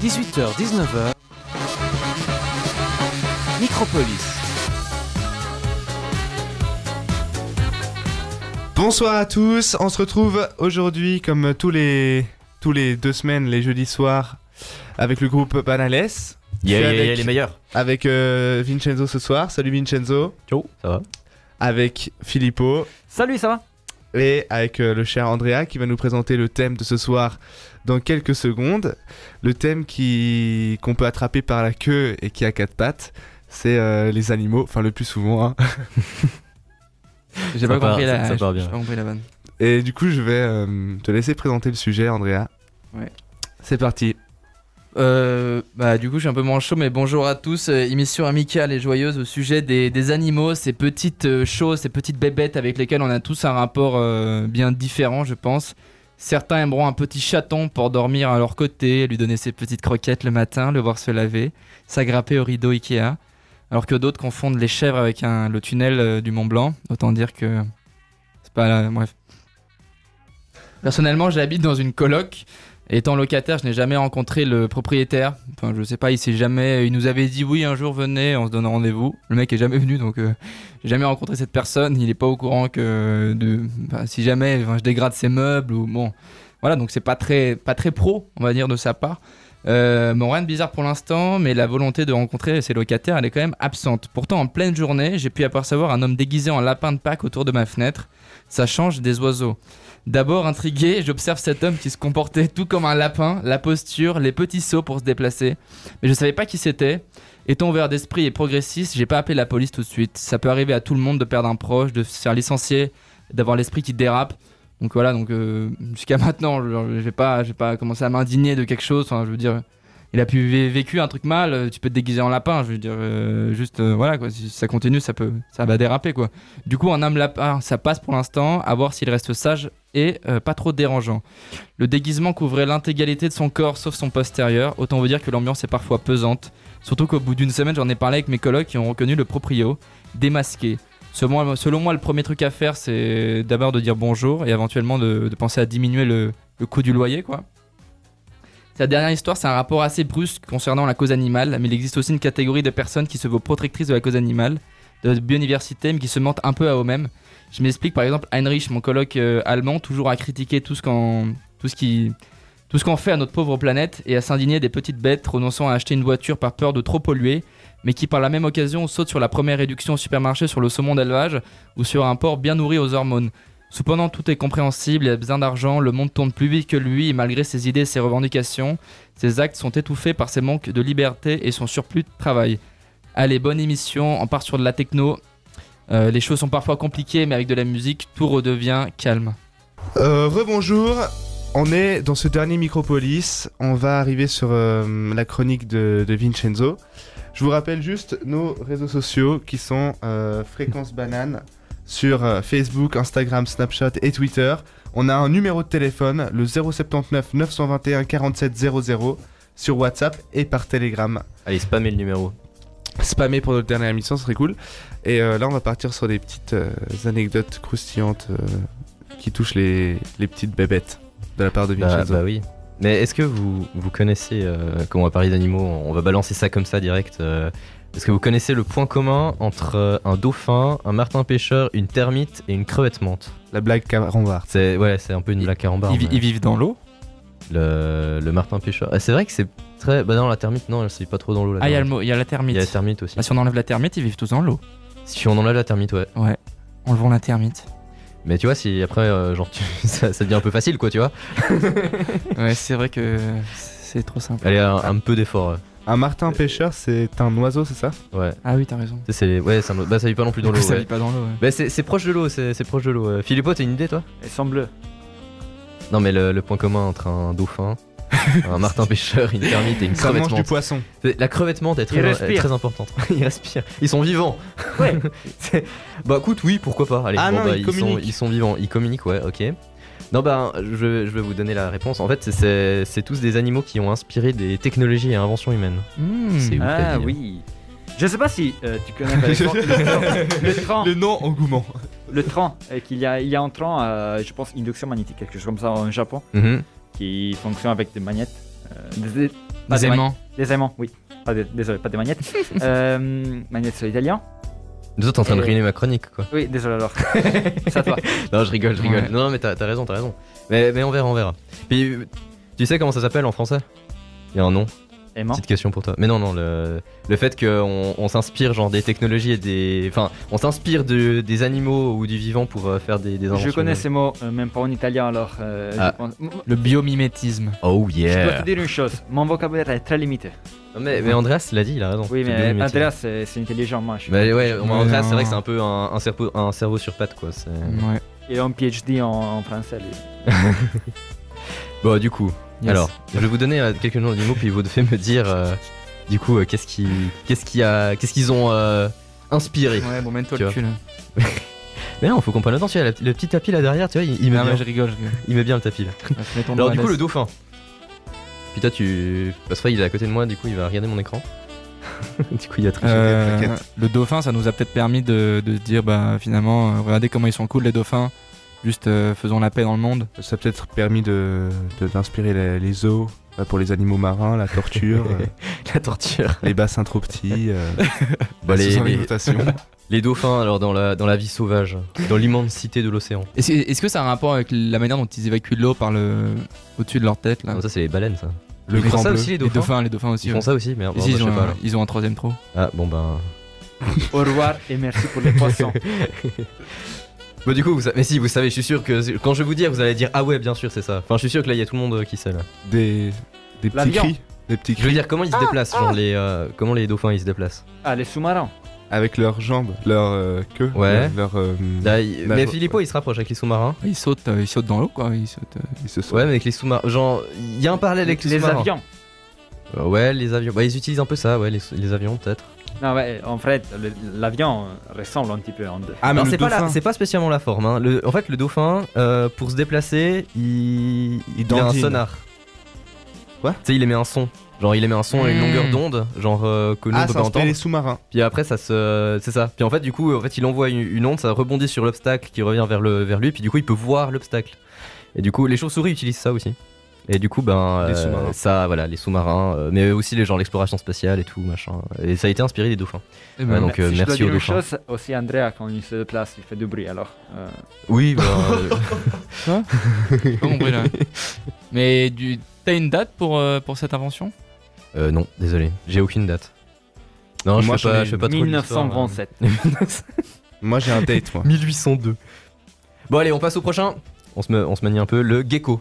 18h-19h, Micropolis. Bonsoir à tous, on se retrouve aujourd'hui comme tous les, tous les deux semaines, les jeudis soirs, avec le groupe Banales, Yeah, Je suis yeah, yeah, avec- les meilleurs. avec euh, Vincenzo ce soir, salut Vincenzo, Ciao, ça va avec Filippo Salut, ça va et avec euh, le cher Andrea qui va nous présenter le thème de ce soir dans quelques secondes. Le thème qui qu'on peut attraper par la queue et qui a quatre pattes, c'est euh, les animaux, enfin le plus souvent. hein. J'ai Ça pas part- compris la. ça part j'ai- bien. j'ai pas compris la vanne. Et du coup, je vais euh, te laisser présenter le sujet, Andrea. Ouais. C'est parti. Euh, bah du coup je suis un peu moins chaud mais bonjour à tous, Euh, émission amicale et joyeuse au sujet des, des animaux, ces petites euh, choses, ces petites bébêtes avec lesquelles on a tous un rapport euh, bien différent je pense. Certains aimeront un petit chaton pour dormir à leur côté, lui donner ses petites croquettes le matin, le voir se laver, s'agrapper au rideau Ikea, alors que d'autres confondent les chèvres avec un- le tunnel euh, du Mont Blanc, autant dire que c'est pas la- bref. Personnellement j'habite dans une coloc Étant locataire, je n'ai jamais rencontré le propriétaire. Enfin, je sais pas, il s'est jamais. Il nous avait dit oui, un jour venez, on se donne rendez-vous. Le mec est jamais venu, donc euh, j'ai jamais rencontré cette personne. Il est pas au courant que euh, de. enfin, si jamais, enfin, je dégrade ses meubles ou bon. Voilà, donc c'est pas très, pas très pro, on va dire, de sa part. Euh, bon, rien de bizarre pour l'instant, mais la volonté de rencontrer ses locataires, elle est quand même absente. Pourtant, en pleine journée, j'ai pu apercevoir un homme déguisé en lapin de Pâques autour de ma fenêtre. Ça change des oiseaux. D'abord intrigué, j'observe cet homme qui se comportait tout comme un lapin, la posture, les petits sauts pour se déplacer. Mais je savais pas qui c'était. Étant ouvert d'esprit et progressiste, j'ai pas appelé la police tout de suite. Ça peut arriver à tout le monde de perdre un proche, de se faire licencier, d'avoir l'esprit qui dérape. Donc voilà, donc euh, jusqu'à maintenant, je je vais pas, je vais pas commencer à m'indigner de quelque chose. Enfin, je veux dire, il a pu vé- vécu un truc mal. euh, Tu peux te déguiser en lapin. Je veux dire, euh, juste euh, voilà quoi. Si ça continue, ça peut, ça va déraper quoi. Du coup, un âme lapin, ça passe pour l'instant, à voir s'il reste sage et euh, pas trop dérangeant. Le déguisement couvrait l'intégralité de son corps sauf son postérieur, autant vous dire que l'ambiance est parfois pesante, surtout qu'au bout d'une semaine, j'en ai parlé avec mes colocs qui ont reconnu le proprio, démasqué. Selon moi, selon moi, le premier truc à faire, c'est d'abord de dire bonjour et éventuellement de, de penser à diminuer le, le coût du loyer, quoi. Sa dernière histoire, c'est un rapport assez brusque concernant la cause animale, mais il existe aussi une catégorie de personnes qui se veulent protectrices de la cause animale de biodiversité mais qui se mentent un peu à eux-mêmes. Je m'explique par exemple Heinrich, mon colloque euh, allemand, toujours à critiquer tout ce qu'on tout ce qui tout ce qu'on fait à notre pauvre planète et à s'indigner des petites bêtes renonçant à acheter une voiture par peur de trop polluer, mais qui par la même occasion sautent sur la première réduction au supermarché sur le saumon d'élevage ou sur un porc bien nourri aux hormones. Cependant, tout est compréhensible, il a besoin d'argent, le monde tourne plus vite que lui, et malgré ses idées et ses revendications, ses actes sont étouffés par ses manques de liberté et son surplus de travail. Allez, bonne émission, on part sur de la techno. Euh, les choses sont parfois compliquées, mais avec de la musique, tout redevient calme. Euh, Rebonjour, on est dans ce dernier Micropolis, on va arriver sur euh, la chronique de, de Vincenzo. Je vous rappelle juste nos réseaux sociaux qui sont euh, Fréquence Banane sur euh, Facebook, Instagram, Snapchat et Twitter. On a un numéro de téléphone, le 079 921 47 00 sur WhatsApp et par Telegram. Allez, spammer le numéro. Spammer pour notre dernière émission, ce serait cool. Et euh, là, on va partir sur des petites euh, anecdotes croustillantes euh, qui touchent les, les petites bébêtes de la part de Bah, Vincenzo. bah oui. Mais est-ce que vous, vous connaissez, euh, comment on va parler d'animaux, on va balancer ça comme ça direct. euh, est-ce que vous connaissez le point commun entre euh, un dauphin, un martin pêcheur, une termite et une crevette menthe La blague Caron-Vart. C'est ouais, c'est un peu une blague carambar. Ils, vi- mais ils vivent dans l'eau Le, le martin pêcheur. Ah, c'est vrai que c'est très. Bah non, la termite, non, elle se vit pas trop dans l'eau. la Ah, il y, a le termite. mot- il y a la Il termite. y a la termite aussi. Ah, si on enlève la termite, ils vivent tous dans l'eau. Si on enlève la termite, ouais. Ouais, enlevons la termite. Mais tu vois, si après, euh, genre, tu- ça, ça devient un peu facile, quoi, tu vois. ouais, c'est vrai que c'est trop simple. Allez, un, un peu d'effort. ouais. Un martin pêcheur, c'est un oiseau, c'est ça Ouais. Ah oui, t'as raison. Ça, c'est- ouais, ça, bah, ça vit pas non plus dans Du coup, l'eau. ça ouais. vit pas dans l'eau. ouais. Bah, c'est c'est proche de l'eau, c'est c'est proche de l'eau. Euh, Philippot, t'as une idée toi Et semble. Non, mais le, le point commun entre un dauphin, un martin pêcheur, une termite et une Ça crevette mange du menthe. poisson. C'est- La crevette menthe est très, Ils est respirent. très importante. ils respirent, ils sont vivants. Ouais. C'est- bah écoute, oui, pourquoi pas. Allez, Ah bon, non, bah, ils ils, sont, communiquent. ils sont vivants, ils communiquent, ouais, ok. Non, bah je, je vais vous donner la réponse. En fait, c'est- c'est c'est tous des animaux qui ont inspiré des technologies et inventions humaines. Hmm. C'est ouf, la Ah vie. oui. Je sais pas si euh, tu connais par exemple, le tran, le tran, nom gourmand. le tran, euh, qu'il y a, il y a un tran, euh, je Mm-hmm. pense induction magnétique, quelque chose comme ça en Japon, Mhm. Ah, qui fonctionne avec des magnètes, euh, des, Des des aimants. Des aimants, oui. Pas des- désolé, pas des magnettes. euh, magnettes, c'est italien. Nous autres, t'es en train de Et- ruiner ma chronique, quoi. Oui, désolé alors. C'est à toi. Non, je rigole, je rigole. Ouais. Non, non, mais t'as t'as raison, t'as raison. Mais, mais on verra, on verra. Puis, euh, tu sais comment ça s'appelle en français Il y a un nom Aimant. Petite question pour toi. Mais non, non, le, le fait qu'on on, s'inspire genre des technologies et des. Enfin, on s'inspire de- des animaux ou du vivant pour euh, faire des, des inventions. Je connais ces mots, euh, même pas en italien alors. euh, je Ah. pense- M- m- Le biomimétisme. Oh Je dois te yeah dire une chose, mon vocabulaire est très limité. Non, mais, mais Andreas l'a dit, il a raison. Oui, C'est bien mais le métier. Andreas, c'est c'est intelligent, moi. je- Mais ouais, Mais Andreas, c'est vrai non. que c'est un peu un, un cerveau, un cerveau sur pattes, quoi. c'est- Mm. Ouais. Il est en PhD en, en français, lui. Bon, du coup, Yes. alors, je vais vous donner euh, quelques noms d'animaux, puis vous devez me dire, euh, du coup, euh, qu'est-ce qui, qu'est-ce qui a, qu'est-ce qu'ils ont euh, inspiré. Ouais, bon, mène-toi Tu le vois. cul. là. Mais non, faut qu'on prenne le temps. Tu vois, la- le petit tapis là derrière, tu vois, il, il met Ah, Non, mais bien, Ah, je rigole. je rigole. il met bien le tapis là. Ouais, mets ton Alors doigt du à coup, le l'aise. dauphin. Puis toi, tu, parce que il est à côté de moi, du coup, il va regarder mon écran. du coup, il a triché. Euh, T'inquiète. le dauphin, ça nous a peut-être permis de, de se dire, bah finalement, euh, regardez comment ils sont cool les dauphins. Juste euh, faisons la paix dans le monde. Ça a peut-être permis de de- d'inspirer les, les zoos euh, pour les animaux marins, la torture, euh, La torture. les bassins trop petits, euh, la Bah, les- les- sous-alimentation. Les dauphins, alors dans la dans la vie sauvage, dans l'immensité de l'océan. Est-ce est-ce que ça a un rapport avec la manière dont ils évacuent l'eau par le au-dessus de leur tête là Non, ça c'est les baleines, ça. le Ils font grand ça bleu. aussi les les dauphins. dauphins, les dauphins aussi. Ils font ouais. ça aussi, merde. Ici, bon, bah, ils, je ont sais pas, un, alors. ils ont un troisième trop. Ah bon ben. Au revoir et merci pour les poissons. Bon Bah, du coup, vous sa- mais si vous savez, je suis sûr que quand je vais vous dire, vous allez dire ah ouais, bien sûr c'est ça. Enfin, je suis sûr que là il y a tout le monde euh, qui sait là. Des, des La petits viande. cris, des petits Je veux cris dire comment ils se déplacent, genre les euh, comment les dauphins ils se déplacent. Ah, les sous-marins. avec leurs jambes, leur euh, queue, Ouais. leur, leur, euh, Là, il- Bah, mais faut- Filippo il se rapproche avec les sous-marins. Ils sautent, euh, ils sautent dans l'eau quoi. Ils sautent. euh, ils se sont- Ouais, mais avec les sous-marins. Genre, il y a un parallèle avec les, les sous-marins. avions. Euh, ouais, les avions. Bah, ils utilisent un peu ça, ouais, les, les avions peut-être. Non, ouais, en fait, le- l'avion euh, ressemble un petit peu en deux. Ah mais Alors, le c'est pas, la- dauphin, c'est pas spécialement la forme. hein. Le- en fait, le dauphin, euh, pour se déplacer, il, il a un Dandine. sonar. Quoi Tu sais, il émet un son. Genre, il émet un son à une Hmm. longueur d'onde, genre euh, que nous on ah peut ça pas inspire entendre. les sous-marins. Puis après, ça se. C'est ça. Puis en fait, du coup, en fait, il envoie une, une onde, ça rebondit sur l'obstacle qui revient vers, le, vers lui, puis du coup, il peut voir l'obstacle. Et du coup, les chauves-souris utilisent ça aussi. Et du coup, ben. Les euh, sous-marins. ça, voilà, les sous-marins, euh, mais aussi les gens, l'exploration spatiale et tout, machin. Et ça a été inspiré des dauphins. eh ben, Ouais, donc, euh, si je dois merci dire aux une dauphins. chose, aussi Andrea, quand il se déplace, il fait du bruit alors. Euh, Oui, bah. euh, j'ai pas compris, là. Mais du... t'as une date pour, euh, pour cette invention Euh, non, désolé, j'ai aucune date. Non, Moi, je, fais j'en pas, ai je fais pas trop l'histoire, hein. 1927. Moi j'ai un date moi. là. 1802. Bon, allez, on passe au prochain. On se, me- on se manie un peu. Le gecko.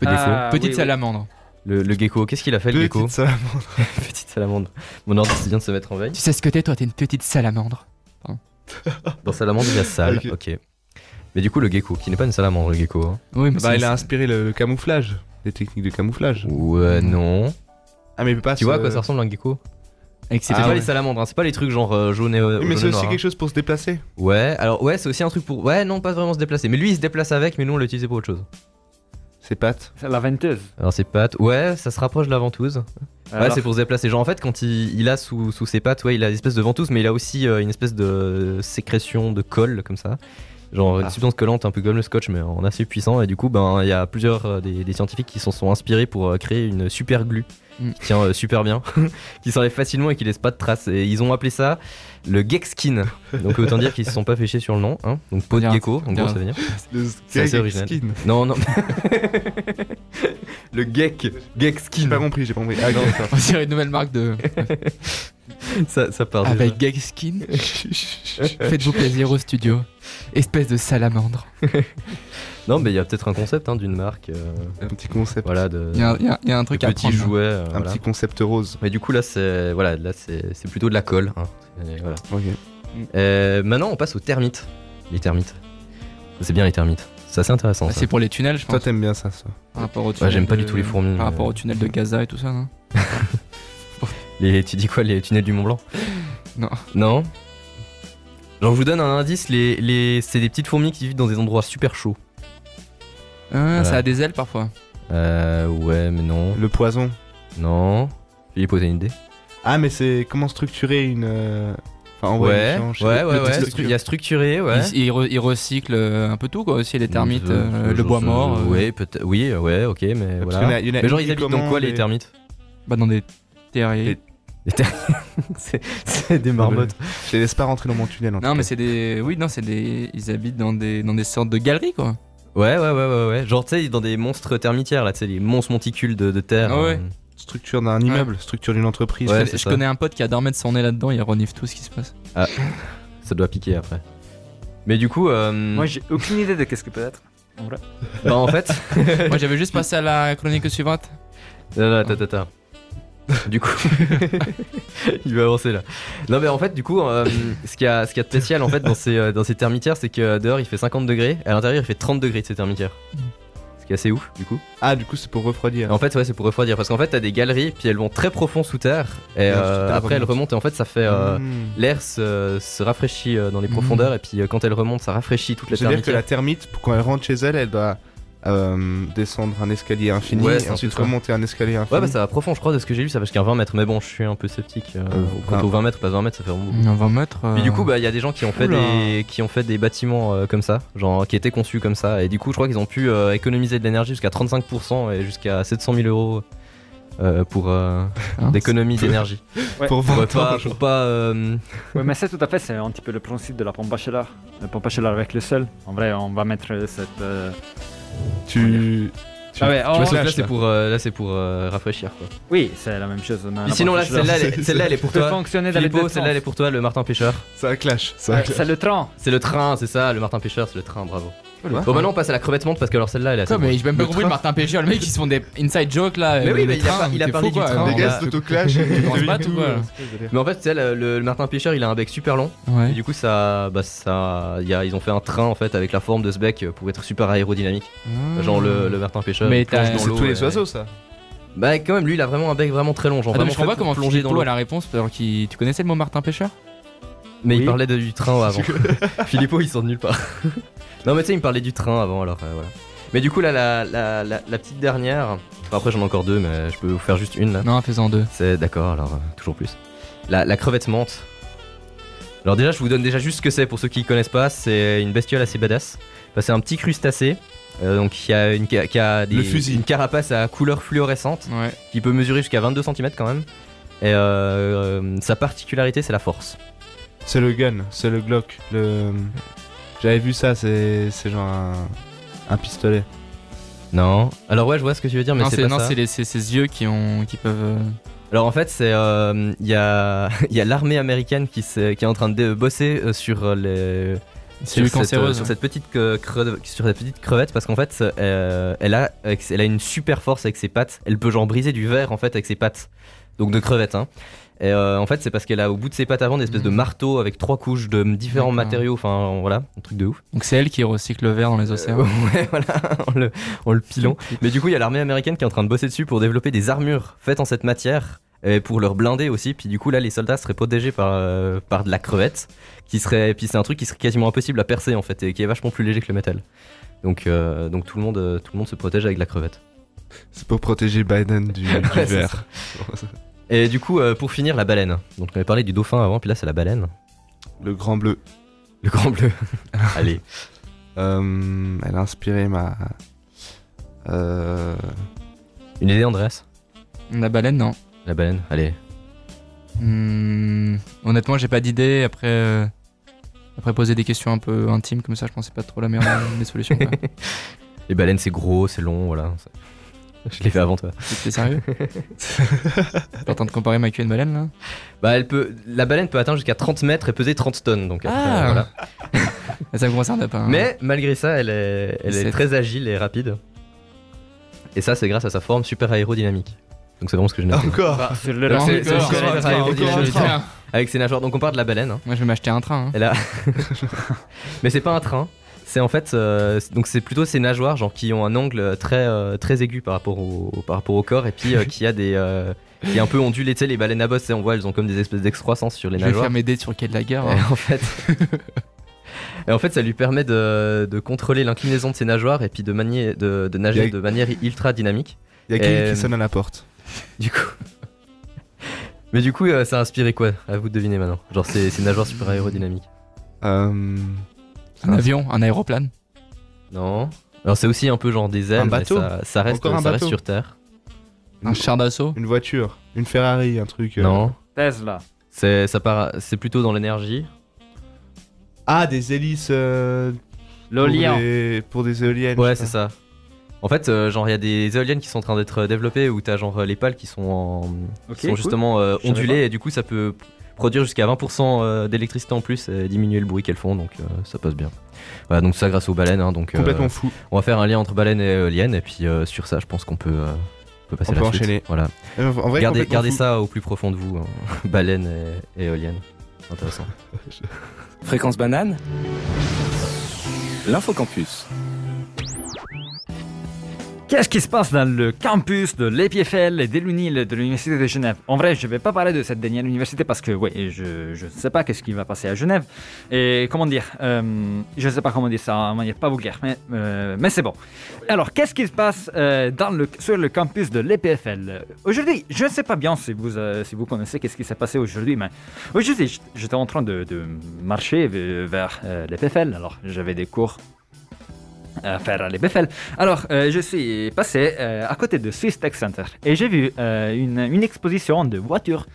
Petite, Ah, petite oui, oui. salamandre. Le, le gecko, qu'est-ce qu'il a fait le gecko Petite salamandre. Petite salamandre. Mon ordi vient de se mettre en veille. Tu sais ce que t'es toi, t'es une petite salamandre. Dans salamandre, il y a sale. Ok. ok. Mais du coup, le gecko, qui n'est pas une salamandre, le gecko. hein. Oui, mais Bah c'est- il a inspiré le, le camouflage, les techniques de camouflage. Ouais, non. Ah mais pas Tu vois à quoi ça ressemble un gecko avec Hmm. ses C'est Ah petits- pas ouais. les salamandres, hein, c'est pas les trucs genre euh, jaune et euh, Mais c'est jaune et aussi noir, hein. quelque chose pour se déplacer. Ouais, alors ouais, c'est aussi un truc pour. Ouais, non, pas vraiment se déplacer. Mais lui, il se déplace avec, mais nous, on l'utilisait pour autre chose. Ses pattes. C'est la venteuse. Alors, ses pattes. Ouais, ça se rapproche de la ventouse. Ouais, Alors, c'est pour se déplacer. Genre, en fait, quand il, il a sous, sous ses pattes, ouais, il a une espèce de ventouse, mais il a aussi euh, une espèce de sécrétion de colle, comme ça. Genre une Ah. substance collante, un peu comme le scotch, mais en assez puissant. Et du coup, ben, il y a plusieurs euh, des, des scientifiques qui s'en sont inspirés pour euh, créer une super glue Mm. qui tient euh, super bien, qui s'enlève facilement et qui laisse pas de traces. Et ils ont appelé ça le geck skin. Donc autant dire qu'ils se sont pas fêchés sur le nom. hein. Donc peau de Regarde, gecko, en gros, regarde. ça veut dire. Le C'est assez gag original. skin. Non, non. le geck, geck skin. J'ai pas compris, j'ai pas compris. Ah, ok, d'accord. On dirait une nouvelle marque de. Ça, ça part. déjà. Avec Gag Skin. Faites-vous plaisir au studio. Espèce de salamandre. Non, mais il y a peut-être un concept hein, d'une marque. euh, un petit concept. voilà, de, Il y, a- y a- y a un hein. de truc à petits prendre. jouets. euh, Un voilà. petit concept rose. Mais du coup, là, c'est voilà, là, c'est c'est plutôt de la colle. hein. Et voilà. Ok. Euh, maintenant, on passe aux termites. Les termites. C'est bien les termites. C'est assez intéressant. Ah, ça. C'est pour les tunnels, je Toi pense. t'aimes bien ça, ça. Par rapport au tunnel Ouais, J'aime pas de- du tout les fourmis. Par mais- rapport au tunnel de Gaza et tout ça, non les, tu dis quoi, les tunnels du Mont Blanc Non. Non Genre, je vous donne un indice les, les, c'est des petites fourmis qui vivent dans des endroits super chauds. Ah, Ça Ouais. a des ailes parfois. Euh, ouais, mais Mm. non. Le poison. Non. Je vais lui poser une idée. Ah, mais c'est comment structurer une. euh, Enfin, envoyer Ouais, les gens chez- ouais, ouais, le ouais, petit stru- truc. Il y a structuré, ouais. Ils, ils re- ils recyclent euh, un peu tout, quoi. Aussi les termites, Euh, euh, je- le bois je- mort. euh, Ouais, peut-être. Oui, ouais, ok, mais Parce voilà. qu'il y en a- il y en a Mais genre, une ils qui habitent dans quoi commande les et- termites Bah, dans des terriers. Les- C'est- C'est des marmottes. Je les laisse pas rentrer dans mon tunnel. en tout Non, mais cas. c'est des. Oui, non, c'est des. Ils habitent dans des, dans des sortes de galeries, quoi. Ouais, ouais, ouais, ouais, ouais. Genre, tu sais, dans des monstres termitières, là, tu sais, les monstres monticules de, de terre. Ah ouais. euh, structure d'un immeuble, structure d'une entreprise. Ouais, Je connais- c'est je ça. connais un pote qui a dormi de son nez là-dedans, il renifle tout ce qui se passe. ça doit piquer après. Mais du coup, euh, Moi, j'ai aucune idée de qu'est-ce que peut être. bah, en fait. Moi, j'avais juste passé à la chronique suivante. Non, non, attends, attends. attends. Du coup, il va avancer là. Non, mais en fait, du coup, euh, ce qu'il y, a- ce qu'il y a de spécial en fait dans ces, euh, dans ces termitières, c'est que dehors il fait 50 degrés, à l'intérieur il fait 30 degrés de ces termitières. Ce qui est assez ouf, du coup. Ah, du coup, c'est pour refroidir. En fait, ouais, c'est pour refroidir parce qu'en fait, t'as des galeries, puis elles vont très profond sous terre, et, Et ensuite, euh, elles après elles remontent. remontent, et en fait, ça fait. euh, Hmm. L'air se, se rafraîchit euh, dans les Mhm. profondeurs, et puis euh, quand elle remonte, ça rafraîchit toute la C'est-à-dire termitière. que la termite, pour- quand elle rentre chez elle, elle doit euh, descendre un escalier infini Ouais, et c'est un peu ensuite ça. remonter un escalier infini. Ouais, bah ça va profond, je crois, de ce que j'ai lu, ça va jusqu'à 20 mètres, mais bon, je suis un peu sceptique. euh, Euh, quant vingt. aux 20 mètres, pas 20 mètres, ça fait vraiment beaucoup. On va mettre. euh, Puis du coup, bah, il y a des gens qui ont fait Oula. des qui ont fait des bâtiments euh, comme ça, genre qui étaient conçus comme ça. Et du coup, je crois qu'ils ont pu euh, économiser de l'énergie jusqu'à 35% et jusqu'à 700 000 euros euh, pour euh, Hein, d'économie c'est peu. d'énergie. Ouais. pour Pour 20 pas, ans. pour pas euh, Ouais, mais ça, tout à fait, c'est un petit peu le principe de la pompe à chaleur. La pompe à chaleur avec le sol. En vrai, on va mettre euh, cette. euh, Tu. tu- Ah ouais, tu vois, oh, sauf que là, lâches, c'est là. pour euh, là, c'est pour euh, rafraîchir. Quoi. Oui, c'est la même chose. on a Ah, Puis la sinon pompe à là, chaleur. celle-là, elle est- celle-là, elle est pour Ça peut toi. fonctionner dans les deux Philippot, sens. celle-là, elle est pour toi, le Martin Pêcheur. Ça clash. Ça Ouais, clash. C'est le train. C'est le train, c'est ça, le Martin Pêcheur, c'est le train, bravo. Voilà. Bon, maintenant, on passe à la crevette menthe parce que alors celle-là, elle est assez Putain, mais j'ai même pas Le compris train. le Martin Pêcheur, le mec, ils se font des inside jokes là. Mais euh, oui, le mais il a train, pas- il a t'es parlé fou, du quoi. euh, train, Ouais, Les Ah, on gars, va- cet autoclash, ils On se bat, devinent tout, quoi. euh, espèce de délire. Mais en fait, tu sais, le, le- le Martin Pêcheur, il a un bec super long. Et Ouais. du coup, ça, bah, ça, y a- ils ont fait un train en fait avec la forme de ce bec euh, pour être super aérodynamique. Genre le, le Martin Pêcheur. Hmm. Mais il plonge t'as- dans C'est l'eau, tous ouais. les oiseaux, ça. Bah quand même, lui, il a vraiment un bec vraiment très long, genre Attends, Ah mais vraiment je comprends fait pas pour comment plonger plonger dans l'eau. la réponse alors qu'il tu connaissais le mot Martin Pêcheur Mais il Oui. parlait de- du train avant. Philippot, il sort de nulle part. non, mais tu sais, il me parlait du train avant, alors euh, voilà. Mais du coup, là, la, la, la, la petite dernière. Enfin, après, j'en ai encore deux, mais je peux vous faire juste une là. Non, fais-en deux. C'est d'accord, alors euh, toujours plus. La, la crevette menthe. Alors déjà, je vous donne déjà juste ce que c'est pour ceux qui connaissent pas. C'est une bestiole assez badass. Enfin, c'est un petit crustacé. euh, donc qui a, une, ca- qui a des- Le fusil. une carapace à couleur fluorescente Ouais. qui peut mesurer jusqu'à 22 cm quand même. Et euh, euh, sa particularité, c'est la force. C'est le gun, c'est le Glock. Le... J'avais vu ça, c'est c'est genre un... un pistolet. Non. Alors ouais, je vois ce que tu veux dire, mais Non, c'est c'est pas non, ça. c'est les- c'est ses yeux qui ont qui peuvent. euh, Alors en fait, c'est euh, il y a il y a l'armée américaine qui s'est- qui est en train de bosser euh, sur euh, les Celui sur cette, euh, cancéreux. sur cette petite euh, creux- sur cette petite crevette parce qu'en fait euh, elle a avec- elle a une super force avec ses pattes. Elle peut genre briser du verre en fait avec ses pattes. Donc de crevette hein. Et euh, en fait, c'est parce qu'elle a au bout de ses pattes avant des espèces de Mhm. marteau avec trois couches de différents D'accord. matériaux. Enfin voilà, un truc de ouf. Donc c'est elle qui recycle le verre dans les océans. ouais, voilà, en le, en Euh, oh, le pilant. Mais du coup, il y a l'armée américaine qui est en train de bosser dessus pour développer des armures faites en cette matière. Et pour leur blinder aussi, puis du coup là les soldats seraient protégés par, euh, par de la crevette, qui serait, puis c'est un truc qui serait quasiment impossible à percer en fait, et qui est vachement plus léger que le métal. Donc, euh, donc tout, le monde, euh, tout le monde se protège avec la crevette. C'est pour protéger Biden du, du Ouais, c'est verre. Et du coup euh, pour finir la baleine, donc on avait parlé du dauphin avant, puis là c'est la baleine, Le grand bleu. le grand bleu. Allez, Euh, elle a inspiré ma. Euh... une idée Andreas La baleine, non. La baleine, allez. Hmm, honnêtement, j'ai pas d'idée. Après, euh, après poser des questions un peu intimes comme ça, je pensais pas trop la meilleure euh, des solutions. quoi. Les baleines c'est gros, c'est long, voilà. Je l'ai fait avant toi. T'es sérieux T'es en train de comparer ma queue à une baleine là Bah, elle peut, la baleine peut atteindre jusqu'à 30 mètres et peser 30 tonnes. Donc après, Ah. euh, voilà. Ça me concerne pas. hein. Mais malgré ça, elle est, elle est C'est- très agile et rapide. Et ça, c'est grâce à sa forme super aérodynamique. Donc c'est vraiment ce que je n'ai Ah. Encore Sur le Non, train. c'est- C'est- encore c'est- un c'est- train, encore Je vais un le train. faire. Avec ses nageoires. Donc on part de la baleine. hein. Moi, je vais m'acheter un train. hein. Elle a. Mais c'est pas un train. C'est en fait. euh, c'est- donc c'est plutôt ses nageoires genre, qui ont un angle très, euh, très aigu par rapport, au, par rapport au corps. Et puis euh, qui a des. euh, qui est un peu ondulé. Tu sais, les baleines à bosse, tu sais, on voit, elles ont comme des espèces d'excroissances sur les Je vais nageoires. faire mes dés sur le quai de la gare. hein. Et en fait. Et en fait, ça lui permet de, de contrôler l'inclinaison de ses nageoires et puis de, manier, de, de Y nager a- de manière ultra dynamique. Il y a quelqu'un Euh, qui sonne à la porte. Du coup. Mais du coup, euh, ça a inspiré quoi À vous de deviner maintenant. Genre, c'est c'est une nageoire super aérodynamique. Euh, Un avion, un aéroplane. Non. Alors, c'est aussi un peu genre des ailes. Un mais bateau ça, ça reste, Encore un ça reste bateau sur Terre. Un char d'assaut Une voiture, une Ferrari, un truc. euh. Non. Tesla. C'est ça part. C'est plutôt dans l'énergie. Ah, des hélices. euh, pour L'Olien. des- Pour des éoliennes. Ouais, je sais c'est ça. En fait, euh, genre, il y a des éoliennes qui sont en train d'être développées où t'as genre euh, les pales qui sont, en... Ok, qui sont cool. justement euh, Je savais ondulées et du coup, ça peut produire jusqu'à 20% euh, d'électricité en plus et diminuer le bruit qu'elles font. Donc, euh, ça passe bien. Voilà, donc ça grâce aux baleines. hein, donc, pas. euh, Complètement fou. on va faire un lien entre baleines et éoliennes et puis euh, sur ça, je pense qu'on peut. euh, on peut passer On à la peut suite. enchaîner. Voilà. Euh, En vrai, gardez complètement gardez fou. ça au plus profond de vous, hein. baleine et, et éolienne. Intéressant. Fréquence banane. L'infocampus. Qu'est-ce qui se passe dans le campus de l'EPFL et de l'UNIL de l'Université de Genève En vrai, je ne vais pas parler de cette dernière université parce que ouais, je je ne sais pas qu'est-ce qui va passer à Genève. Et comment dire euh, Je ne sais pas comment dire ça en manière pas vulgaire, mais, euh, mais c'est bon. Alors, qu'est-ce qui se passe euh, dans le, sur le campus de l'EPFL Aujourd'hui, je ne sais pas bien si vous, euh, si vous connaissez qu'est-ce qui s'est passé aujourd'hui, mais aujourd'hui, j- j'étais en train de, de marcher ve- vers l'EPFL. Alors, j'avais des cours à faire à l'EPFL. Alors, euh, je suis passé euh, à côté de Swiss Tech Center et j'ai vu euh, une, une exposition de voitures.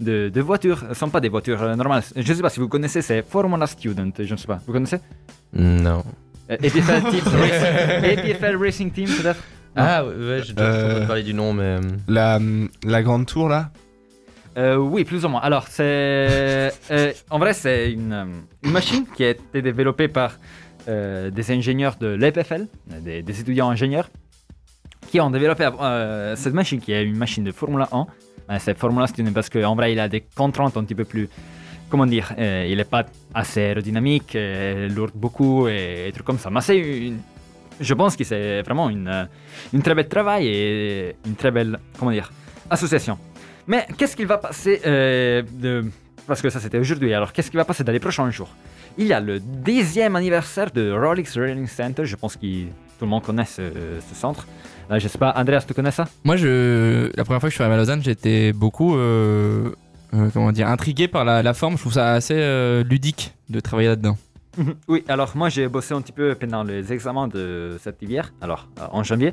De, de voitures, ce ne sont pas des voitures euh, normales. Je ne sais pas si vous connaissez, c'est Formula Student, je ne sais pas. Vous connaissez Non. Euh, EPFL, Team Racing, EPFL Racing Team, peut-être Ah ouais, j'ai déjà entendu parler du nom, mais. La, la grande tour là Euh, Oui, plus ou moins. Alors, c'est. euh, en vrai, c'est une, euh, une machine qui a été développée par euh, des ingénieurs de l'EPFL, euh, des, des étudiants ingénieurs, qui ont développé euh, cette machine qui est une machine de Formule 1. Euh, c'est Formula Student parce qu'en vrai, il a des contraintes un petit peu plus. Comment dire euh, Il n'est pas assez aérodynamique, euh, il lourde beaucoup et, et trucs comme ça. Mais c'est une. Je pense que c'est vraiment une, euh, une très belle travail et une très belle. Comment dire Association. Mais qu'est-ce qu'il va passer euh, de... Parce que ça c'était aujourd'hui, alors qu'est-ce qui va passer dans les prochains jours Il y a le dixième anniversaire de Rolex Racing Center, je pense que tout le monde connaît ce, ce centre. Là, je sais pas, Andreas, tu connais ça Moi, je, la première fois que je suis arrivé à Lausanne, j'étais beaucoup euh, euh, comment dire, intrigué par la, la forme. Je trouve ça assez euh, ludique de travailler là-dedans. Mhm. Oui, alors moi j'ai bossé un petit peu pendant les examens de cet hiver, alors euh, en janvier.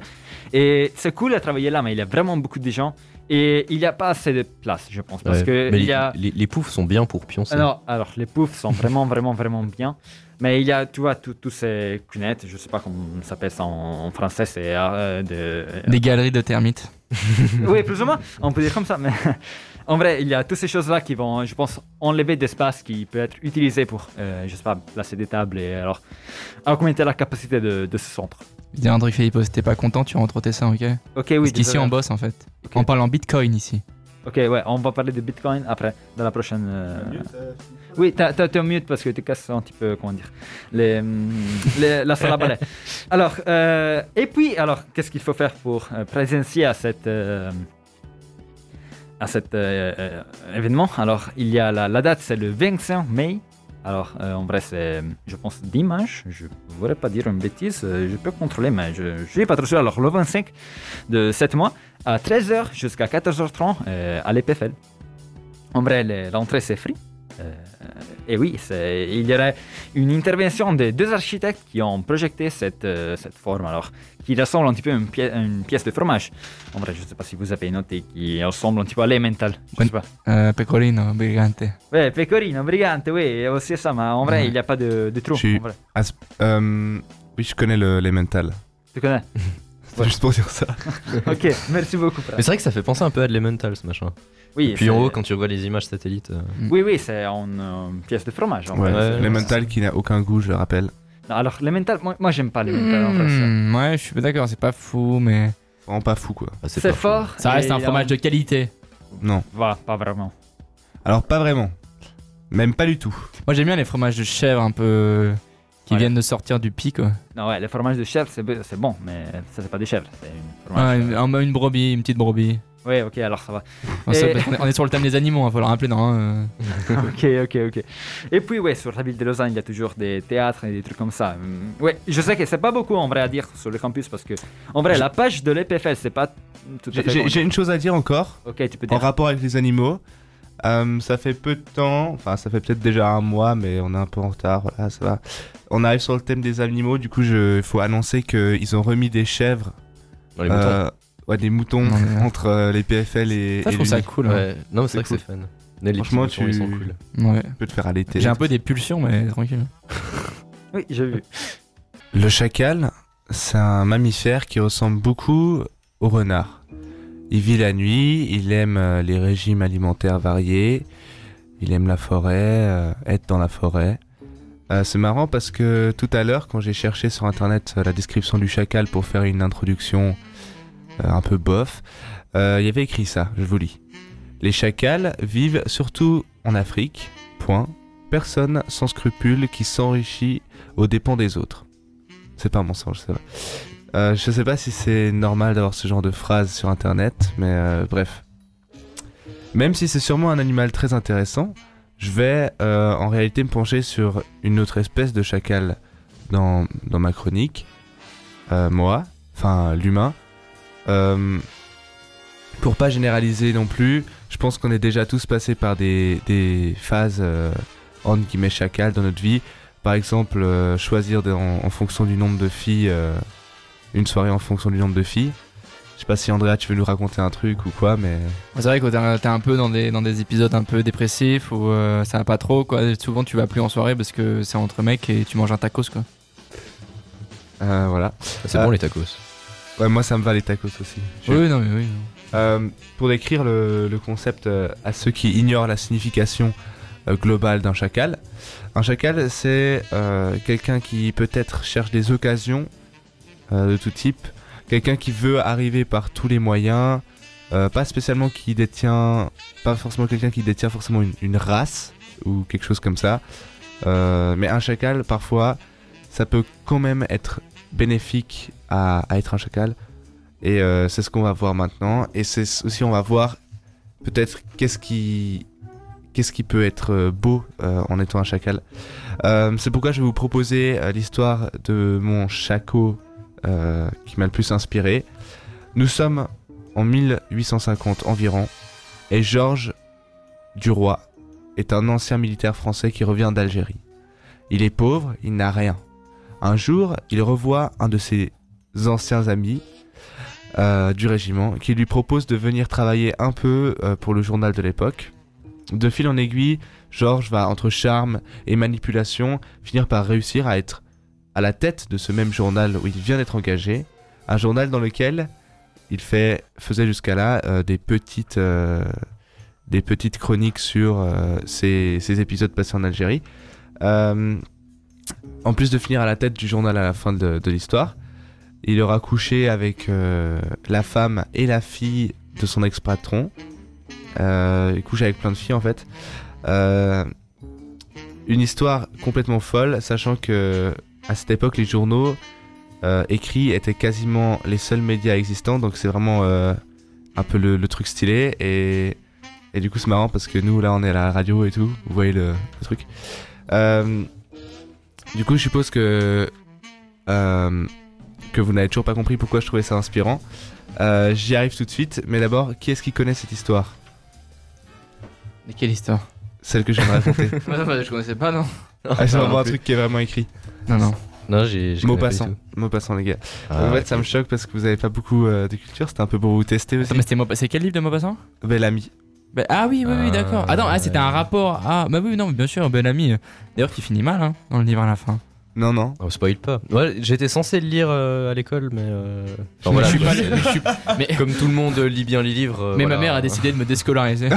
Et c'est cool à travailler là, mais il y a vraiment beaucoup de gens et il n'y a pas assez de place, je pense. Parce que il y a... les, les poufs sont bien pour pioncer. Alors, alors, les poufs sont vraiment, vraiment, vraiment bien. Mais il y a, tu vois, tout- tous ces cunettes, je sais pas comment on s'appelle ça en, en français, c'est. euh, de, Des galeries de termites. oui, plus ou moins, on peut dire comme ça. Mais en vrai, il y a toutes ces choses-là qui vont, je pense, enlever d'espace qui peut être utilisé pour, euh, je sais pas, placer des tables et alors augmenter la capacité de, de ce centre. Il y a un truc, Philippe, si t'es pas content, tu rentres tes seins, ok Ok, oui. Parce qu'ici, désolé. on bosse en fait. On parle en bitcoin ici. Ok, ouais, on va parler de Bitcoin après, dans la prochaine. euh, Oui, t'as- t'as- t'es en mute parce que tu casses un petit peu, comment dire, les, hum, les- la salle à balai. Alors, euh, et puis, alors, qu'est-ce qu'il faut faire pour euh, présencier à cette. euh, à cet euh, euh, événement. Alors, il y a la, la date, c'est le 25 mai. Alors, euh, en vrai, c'est, je pense, dimanche. Je ne voudrais pas dire une bêtise. euh, Je peux contrôler, mais je ne suis pas trop sûr. Alors, le 25 de 7 mois, à 13h jusqu'à 14h30 euh, à l'EPFL. En vrai, les- l'entrée, c'est free. Euh, et oui, c'est- il y aurait une intervention des deux architectes qui ont projeté cette, euh, cette forme, alors, qui ressemble un petit peu à une, pièce- une pièce de fromage. En vrai, je ne sais pas si vous avez noté, qui ressemble un petit peu à l'Elemental. Je sais pas. Euh, pecorino, brigante. Ouais, Pecorino, Brigante, oui, c'est ça, mais en vrai, Ouais. il n'y a pas de, de trou. Je suis- en vrai. As- euh, Oui, je connais le- l'Elemental. Tu connais C'est juste pour dire ça. Ok, merci beaucoup, frère. Mais c'est vrai que ça fait penser un peu à de l'Elemental ce machin. Oui, Et puis en c'est- haut, quand tu vois les images satellites. euh, Oui, oui, c'est une, euh, pièce de fromage. En Ouais, vrai. ouais, C'est- L'Elemental qui n'a aucun goût, je le rappelle. Non, alors, les mentales, moi, moi j'aime pas les mentales en vrai. Hmm, ouais, je suis pas d'accord, c'est pas fou, mais. Vraiment pas fou, quoi. bah, c'est- pas C'est fou. fort. Ça reste et un il a- fromage de qualité. Non. Voilà, pas vraiment. Alors, pas vraiment. Même pas du tout. Moi, j'aime bien les fromages de chèvre un peu. euh, qui Ouais. viennent de sortir du pic, quoi. Non, ouais, le fromage de chèvre, c'est be- c'est bon, mais ça, c'est pas des chèvres. C'est une Ah, fromage. euh, une, un- une brebis, une petite brebis. Ouais, ok, alors ça va. On, se- Et- on est, on est sur le thème des animaux, il faut le rappeler, non hein, euh. ok, ok, ok. Et puis, ouais, sur la ville de Lausanne, il y a toujours des théâtres et des trucs comme ça. Hum, Ouais, je sais que c'est pas beaucoup en vrai à dire sur le campus parce que, en vrai, Je- la page de l'EPFL, c'est pas tout à J'ai- fait. J'ai j'ai une chose à dire encore, Ok, tu peux en dire. rapport avec les animaux. Euh, ça fait peu de temps, enfin ça fait peut-être déjà un mois, mais on est un peu en retard, voilà, ça va. On arrive sur le thème des animaux, du coup il faut annoncer qu'ils ont remis des chèvres, Dans les moutons. euh, ouais, des moutons Non, mais- entre euh, les PFL et, Ça, je et trouve ça l'Uni. cool. hein. Ouais. Non, mais c'est C'est vrai que c'est fun. Mais les petits Franchement, moutons, tu- ils sont cool. Ouais. Tu peux te faire allaiter. J'ai un peu des pulsions, mais tranquille. Oui, j'ai vu. Le chacal, c'est un mammifère qui ressemble beaucoup au renard. Il vit la nuit, il aime euh, les régimes alimentaires variés, il aime la forêt, euh, être dans la forêt. Euh, c'est marrant parce que tout à l'heure, quand j'ai cherché sur internet euh, la description du chacal pour faire une introduction euh, un peu bof, euh, il y avait écrit ça, je vous lis. Les chacals vivent surtout en Afrique, point. Personne sans scrupule qui s'enrichit aux dépens des autres. C'est pas un mensonge, c'est vrai. Euh, je sais pas si c'est normal d'avoir ce genre de phrase sur internet, mais euh, bref. Même si c'est sûrement un animal très intéressant, je vais euh, en réalité me pencher sur une autre espèce de chacal dans, dans ma chronique. Euh, moi, enfin l'humain. Euh, pour pas généraliser non plus, je pense qu'on est déjà tous passés par des, des phases euh, entre guillemets chacal dans notre vie. Par exemple, euh, choisir des- en, en fonction du nombre de filles, euh, une soirée en fonction du nombre de filles. Je sais pas si Andrea, tu veux nous raconter un truc ou quoi, mais C'est vrai que t'es un- t'es un peu dans des, dans des épisodes un peu dépressifs où euh, ça va pas trop, quoi. Souvent, tu vas plus en soirée parce que c'est entre mecs et tu manges un tacos, quoi. euh, voilà. C'est Ah. bon, les tacos. Ouais, moi ça me va les tacos aussi. Je- Oui, non, mais oui. Euh, pour décrire le, le concept euh, à ceux qui ignorent la signification euh, globale d'un chacal, un chacal c'est euh, quelqu'un qui peut-être cherche des occasions euh, de tout type, quelqu'un qui veut arriver par tous les moyens, euh, pas spécialement qui détient, pas forcément quelqu'un qui détient forcément une, une race ou quelque chose comme ça, Euh, mais un chacal parfois ça peut quand même être bénéfique à- à être un chacal. Et euh, c'est ce qu'on va voir maintenant. Et c'est ce- aussi, on va voir peut-être qu'est-ce qui, qu'est-ce qui peut être euh, beau euh, en étant un chacal. Euh, c'est pourquoi je vais vous proposer euh, l'histoire de mon chaco euh, qui m'a le plus inspiré. Nous sommes en 1850 environ. Et Georges Duroy est un ancien militaire français qui revient d'Algérie. Il est pauvre, il n'a rien. Un jour, il revoit un de ses anciens amis euh, du régiment qui lui propose de venir travailler un peu euh, pour le journal de l'époque. De fil en aiguille, Georges va, entre charme et manipulation, finir par réussir à être à la tête de ce même journal où il vient d'être engagé. Un journal dans lequel il fait, faisait jusqu'à là euh, des, petites, euh, des petites chroniques sur euh, ses, ses épisodes passés en Algérie. Euh, en plus de finir à la tête du journal à la fin de- de l'histoire. Il aura couché avec euh, la femme et la fille de son ex-patron. Euh, il couche avec plein de filles en fait. Euh, une histoire complètement folle, sachant que à cette époque, les journaux euh, écrits étaient quasiment les seuls médias existants, donc c'est vraiment euh, un peu le, le truc stylé. Et, et du coup, c'est marrant parce que nous, là, on est à la radio et tout, vous voyez le, le truc. Euh, du coup, je suppose que. euh, que vous n'avez toujours pas compris pourquoi je trouvais ça inspirant. Euh, J'y arrive tout de suite, mais d'abord, qui est-ce qui connaît cette histoire Mais quelle histoire Celle que je viens de raconter. Je connaissais pas, non ah, c'est Non, vraiment non un plus. truc qui est vraiment écrit. Non, non. Non, j'ai. j'ai Mot connais pas du passant. tout. Mot passant, les gars. Ah, en fait, ça me choque parce que vous avez pas beaucoup euh, de culture. C'était un peu pour vous tester aussi. Attends, Ah, mais c'était Maupassant- c'est quel livre de Maupassant Bel ami. Bah, Ah oui, oui, oui, Ah, d'accord. Ah non, ah, c'était un ouais. rapport. Ah, bah oui, non, mais bien sûr, Ben Ami. D'ailleurs, qui finit mal, hein, dans le livre à la fin. Non, non. On spoil pas. Ouais, j'étais censé le lire euh, à l'école, mais. euh, Mais enfin, voilà, je suis pas c'est- le- je suis- Comme tout le monde euh, lit bien les livres. euh, Mais ma voilà. mère a décidé de me déscolariser.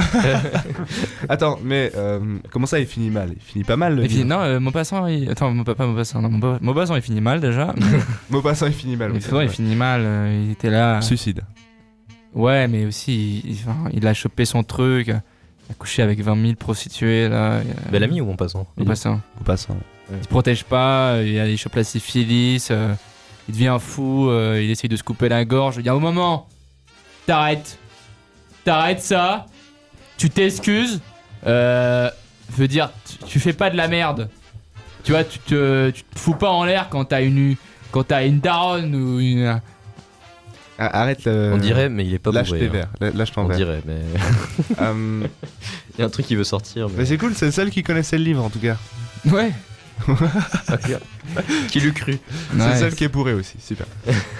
Attends, mais euh, comment ça, il finit mal Il finit pas mal. Le Il finit- livre. non, euh, Maupassant, il... Attends, Maupa- pas Maupassant, non, Maupa- Maupassant, il finit mal déjà. Mot passant, il finit mal. Mais oui. souvent, il finit mal, euh, il était là. Suicide. Ouais, mais aussi, il, il- enfin, il a chopé son truc, il a couché avec 20 000 prostituées, là. et, euh, Bel ami ou en passant Maupassant. Mot passant. Il se protège pas, euh, il, a- il chope la syphilis, euh, il devient fou, euh, il essaye de se couper la gorge. Il y a un moment, t'arrêtes, t'arrêtes ça, tu t'excuses, euh, je veux dire, tu, tu fais pas de la merde. Tu vois, tu te, tu te fous pas en l'air quand t'as une, quand t'as une daronne ou une. Ah, Arrête le. Euh, on dirait, mais il est pas Lâche bourré. tes hein. verres, lâ- lâche ton On verre. dirait, mais Euh, il y a un truc qui veut sortir. mais Mais... c'est cool, c'est le seul qui connaissait le livre en tout cas. Ouais. qui l'eût cru C'est le Ouais. seul qui est bourré aussi, super.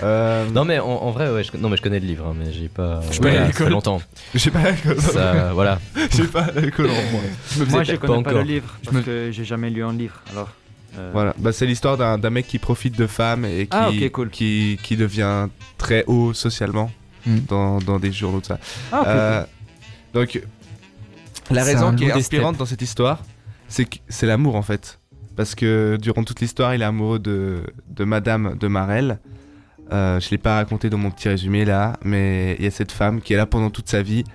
Euh, Non, mais en, en vrai, ouais, je, non, mais je connais le livre, hein, mais j'ai pas. Je suis pas allé à ça fait l'école. longtemps. J'ai pas l'alcool. Ça, voilà. J'ai pas l'alcool en moi. Moi, faisais je pas connais pas, le encore. livre parce me- que j'ai jamais lu un livre. Alors, euh, Voilà, bah, c'est l'histoire d'un d'un mec qui profite de femmes et qui, Ah, ok, cool. qui, qui devient très haut socialement Hmm. dans, dans des journaux de ça. Ah, ok, Euh, donc, la C'est raison un qui est loup des inspirante dans cette histoire, c'est que c'est l'amour en fait. Parce que durant toute l'histoire, il est amoureux de, de Madame de Marelle. Euh, je l'ai pas raconté dans mon petit résumé là, mais il y a cette femme qui est là pendant toute sa vie.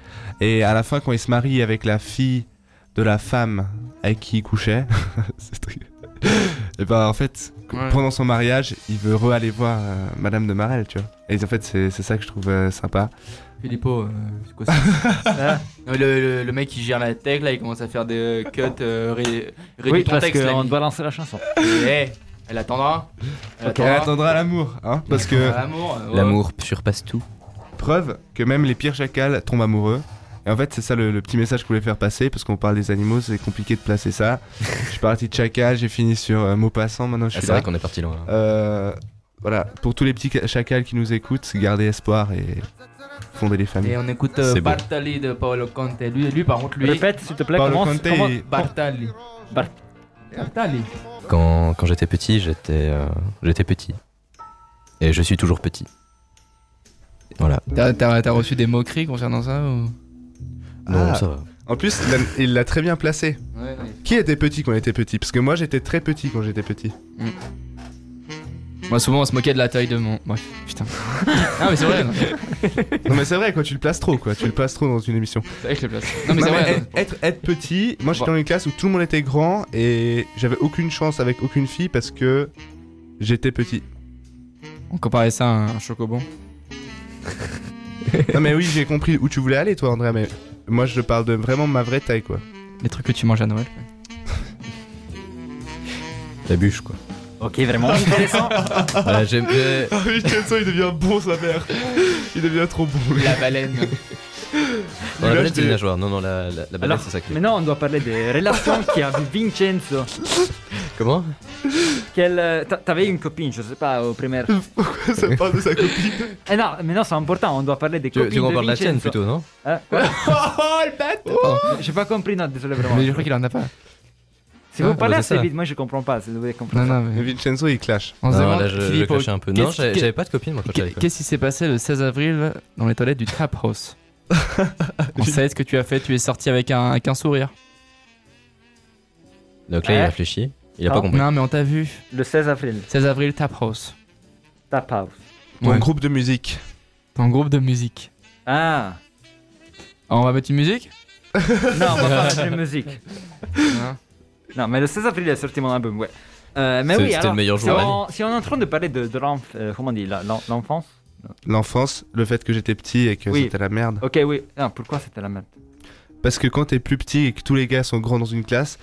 Et à la fin, quand il se marie avec la fille de la femme avec qui il couchait, c'est très- et ben en fait, Ouais. pendant son mariage, il veut re-aller voir euh, Madame de Marelle, tu vois. Et en fait, c'est c'est ça que je trouve euh, sympa. Filippo, euh, c'est quoi ça Ah. Non, le, le- le mec qui gère la tech là, il commence à faire des euh, cuts, euh, ré- réduis oui, ton parce texte. qu'on l'ami. doit lancer la chanson. Eh, elle attendra. Elle Elle attendra l'amour, hein, parce que. L'amour. euh, ouais. L'amour surpasse tout. Preuve que même les pires chacals tombent amoureux. Et en fait, c'est ça le, le petit message que je voulais faire passer, parce qu'on parle des animaux, c'est compliqué de placer ça. je suis parti de chacal, j'ai fini sur euh, Maupassant, maintenant je Ah, suis c'est là. vrai qu'on est parti loin. Euh, voilà, pour tous les petits ca- chacals qui nous écoutent, gardez espoir et fondez les familles. Et on écoute C'est euh, beau. Bartali de Paolo Conte. Lui, lui par contre, lui. Répète, s'il te plaît, Paolo comment, Conte, comment- il- Bartali. Bart- Bartali. Quand, quand j'étais petit, j'étais euh, j'étais petit. Et je suis toujours petit. Voilà. T'as- T'as t'as reçu des moqueries concernant ça ou... Ah. Non, ça va. En plus, il l'a- il l'a très bien placé. Ouais, ouais. Qui était petit quand on était petit Parce que moi, j'étais très petit quand j'étais petit. Moi, souvent, on se moquait de la taille de mon. Ouais, putain. non, mais c'est vrai. non. C'est Non, mais c'est vrai, quoi, tu le places trop, quoi. Tu le places trop dans une émission. vrai que je le place. Non, mais eh, Non, c'est mais vrai. hein. être, être, être petit, moi j'étais Bon. dans une classe où tout le monde était grand et j'avais aucune chance avec aucune fille parce que j'étais petit. On comparait ça à un chocobon. non mais oui, j'ai compris où tu voulais aller toi André, mais moi je parle de vraiment ma vraie taille quoi. Les trucs que tu manges à Noël. La bûche, quoi. Ok, vraiment intéressant. Voilà, j'aime- euh, Ah oui, ça il devient bon sa mère. Il devient trop bon. La baleine. non, la là, balade, c'est une j'étais- nageoire. Non, non, la, la, la balade, Alors, c'est ça que- Maintenant, on doit parler des relations qu'il y a avec Vincenzo. Comment Quelle, euh, t'a- T'avais une copine, je sais pas, au primaire. ça parle de sa copine. Eh non, mais non, c'est important, on doit parler des Tu, copines tu de compares la tienne Vincenzo. plutôt, non Hein, quoi Oh, J'ai pas compris, non, désolé vraiment. Mais je crois qu'il en a pas. Si vous Ah, parlez bah, c'est assez ça. vite, moi je comprends pas, si vous devez comprendre. Non, non, mais. Mais Vincenzo il clash. On se Non, demande, là, Ah, je, je Philippe, cachais un peu. Non, qu'est-ce- j'avais qu'est- j'avais pas de copine, moi, quand j'avais qu'est- Qu'est-ce qui s'est passé le 16 avril dans les toilettes du Trap House On sait ce que tu as fait, tu es sorti avec un, avec un sourire. Donc là, il Ouais. réfléchit. Il a Ah. pas compris. Non, mais on t'a vu. Le 16 avril, 16 avril, Trap House. Tap House. Ton Ouais. groupe de musique. Ton groupe de musique. Ah Alors, on va mettre une musique Non, on va pas mettre de musique. Non. Non, mais le 16 avril, il a sorti mon album, ouais. Euh, mais C'est- oui, c'était alors, le meilleur si jour de on, si on est en train de parler de, de l'enf- euh, comment on dit, la- l'en- l'enfance L'enfance, le fait que j'étais petit et que Oui. c'était la merde. Ok, oui. Non, pourquoi c'était la merde Parce que quand t'es plus petit et que tous les gars sont grands dans une classe,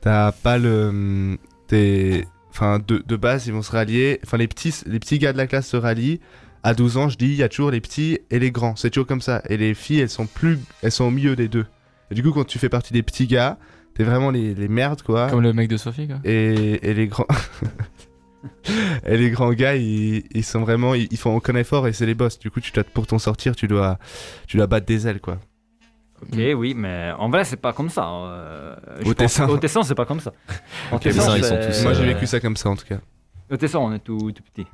t'as pas le. hum, T'es. Enfin, de, de base, ils vont se rallier. Enfin, les petits, les petits gars de la classe se rallient. À 12 ans, je dis, il y a toujours les petits et les grands. C'est toujours comme ça. Et les filles, elles sont plus. Elles sont au milieu des deux. Et du coup, quand tu fais partie des petits gars, t'es vraiment les, les merdes, quoi. Comme le mec de Sophie, quoi. Et, et les grands. et les grands gars, ils, ils sont vraiment. Ils, ils font aucun effort et c'est les boss. Du coup, tu dois, pour t'en sortir, tu dois, tu dois battre des ailes, quoi. Ok, Mm. oui, mais en vrai, c'est pas comme ça. euh, je Au pense- Tessin. Au Tessin, c'est pas comme ça. Au Tessin, ils sont c'est- tous, Moi, j'ai Euh, vécu ça comme ça, en tout cas. Au Tessin, on est tout, tout petit.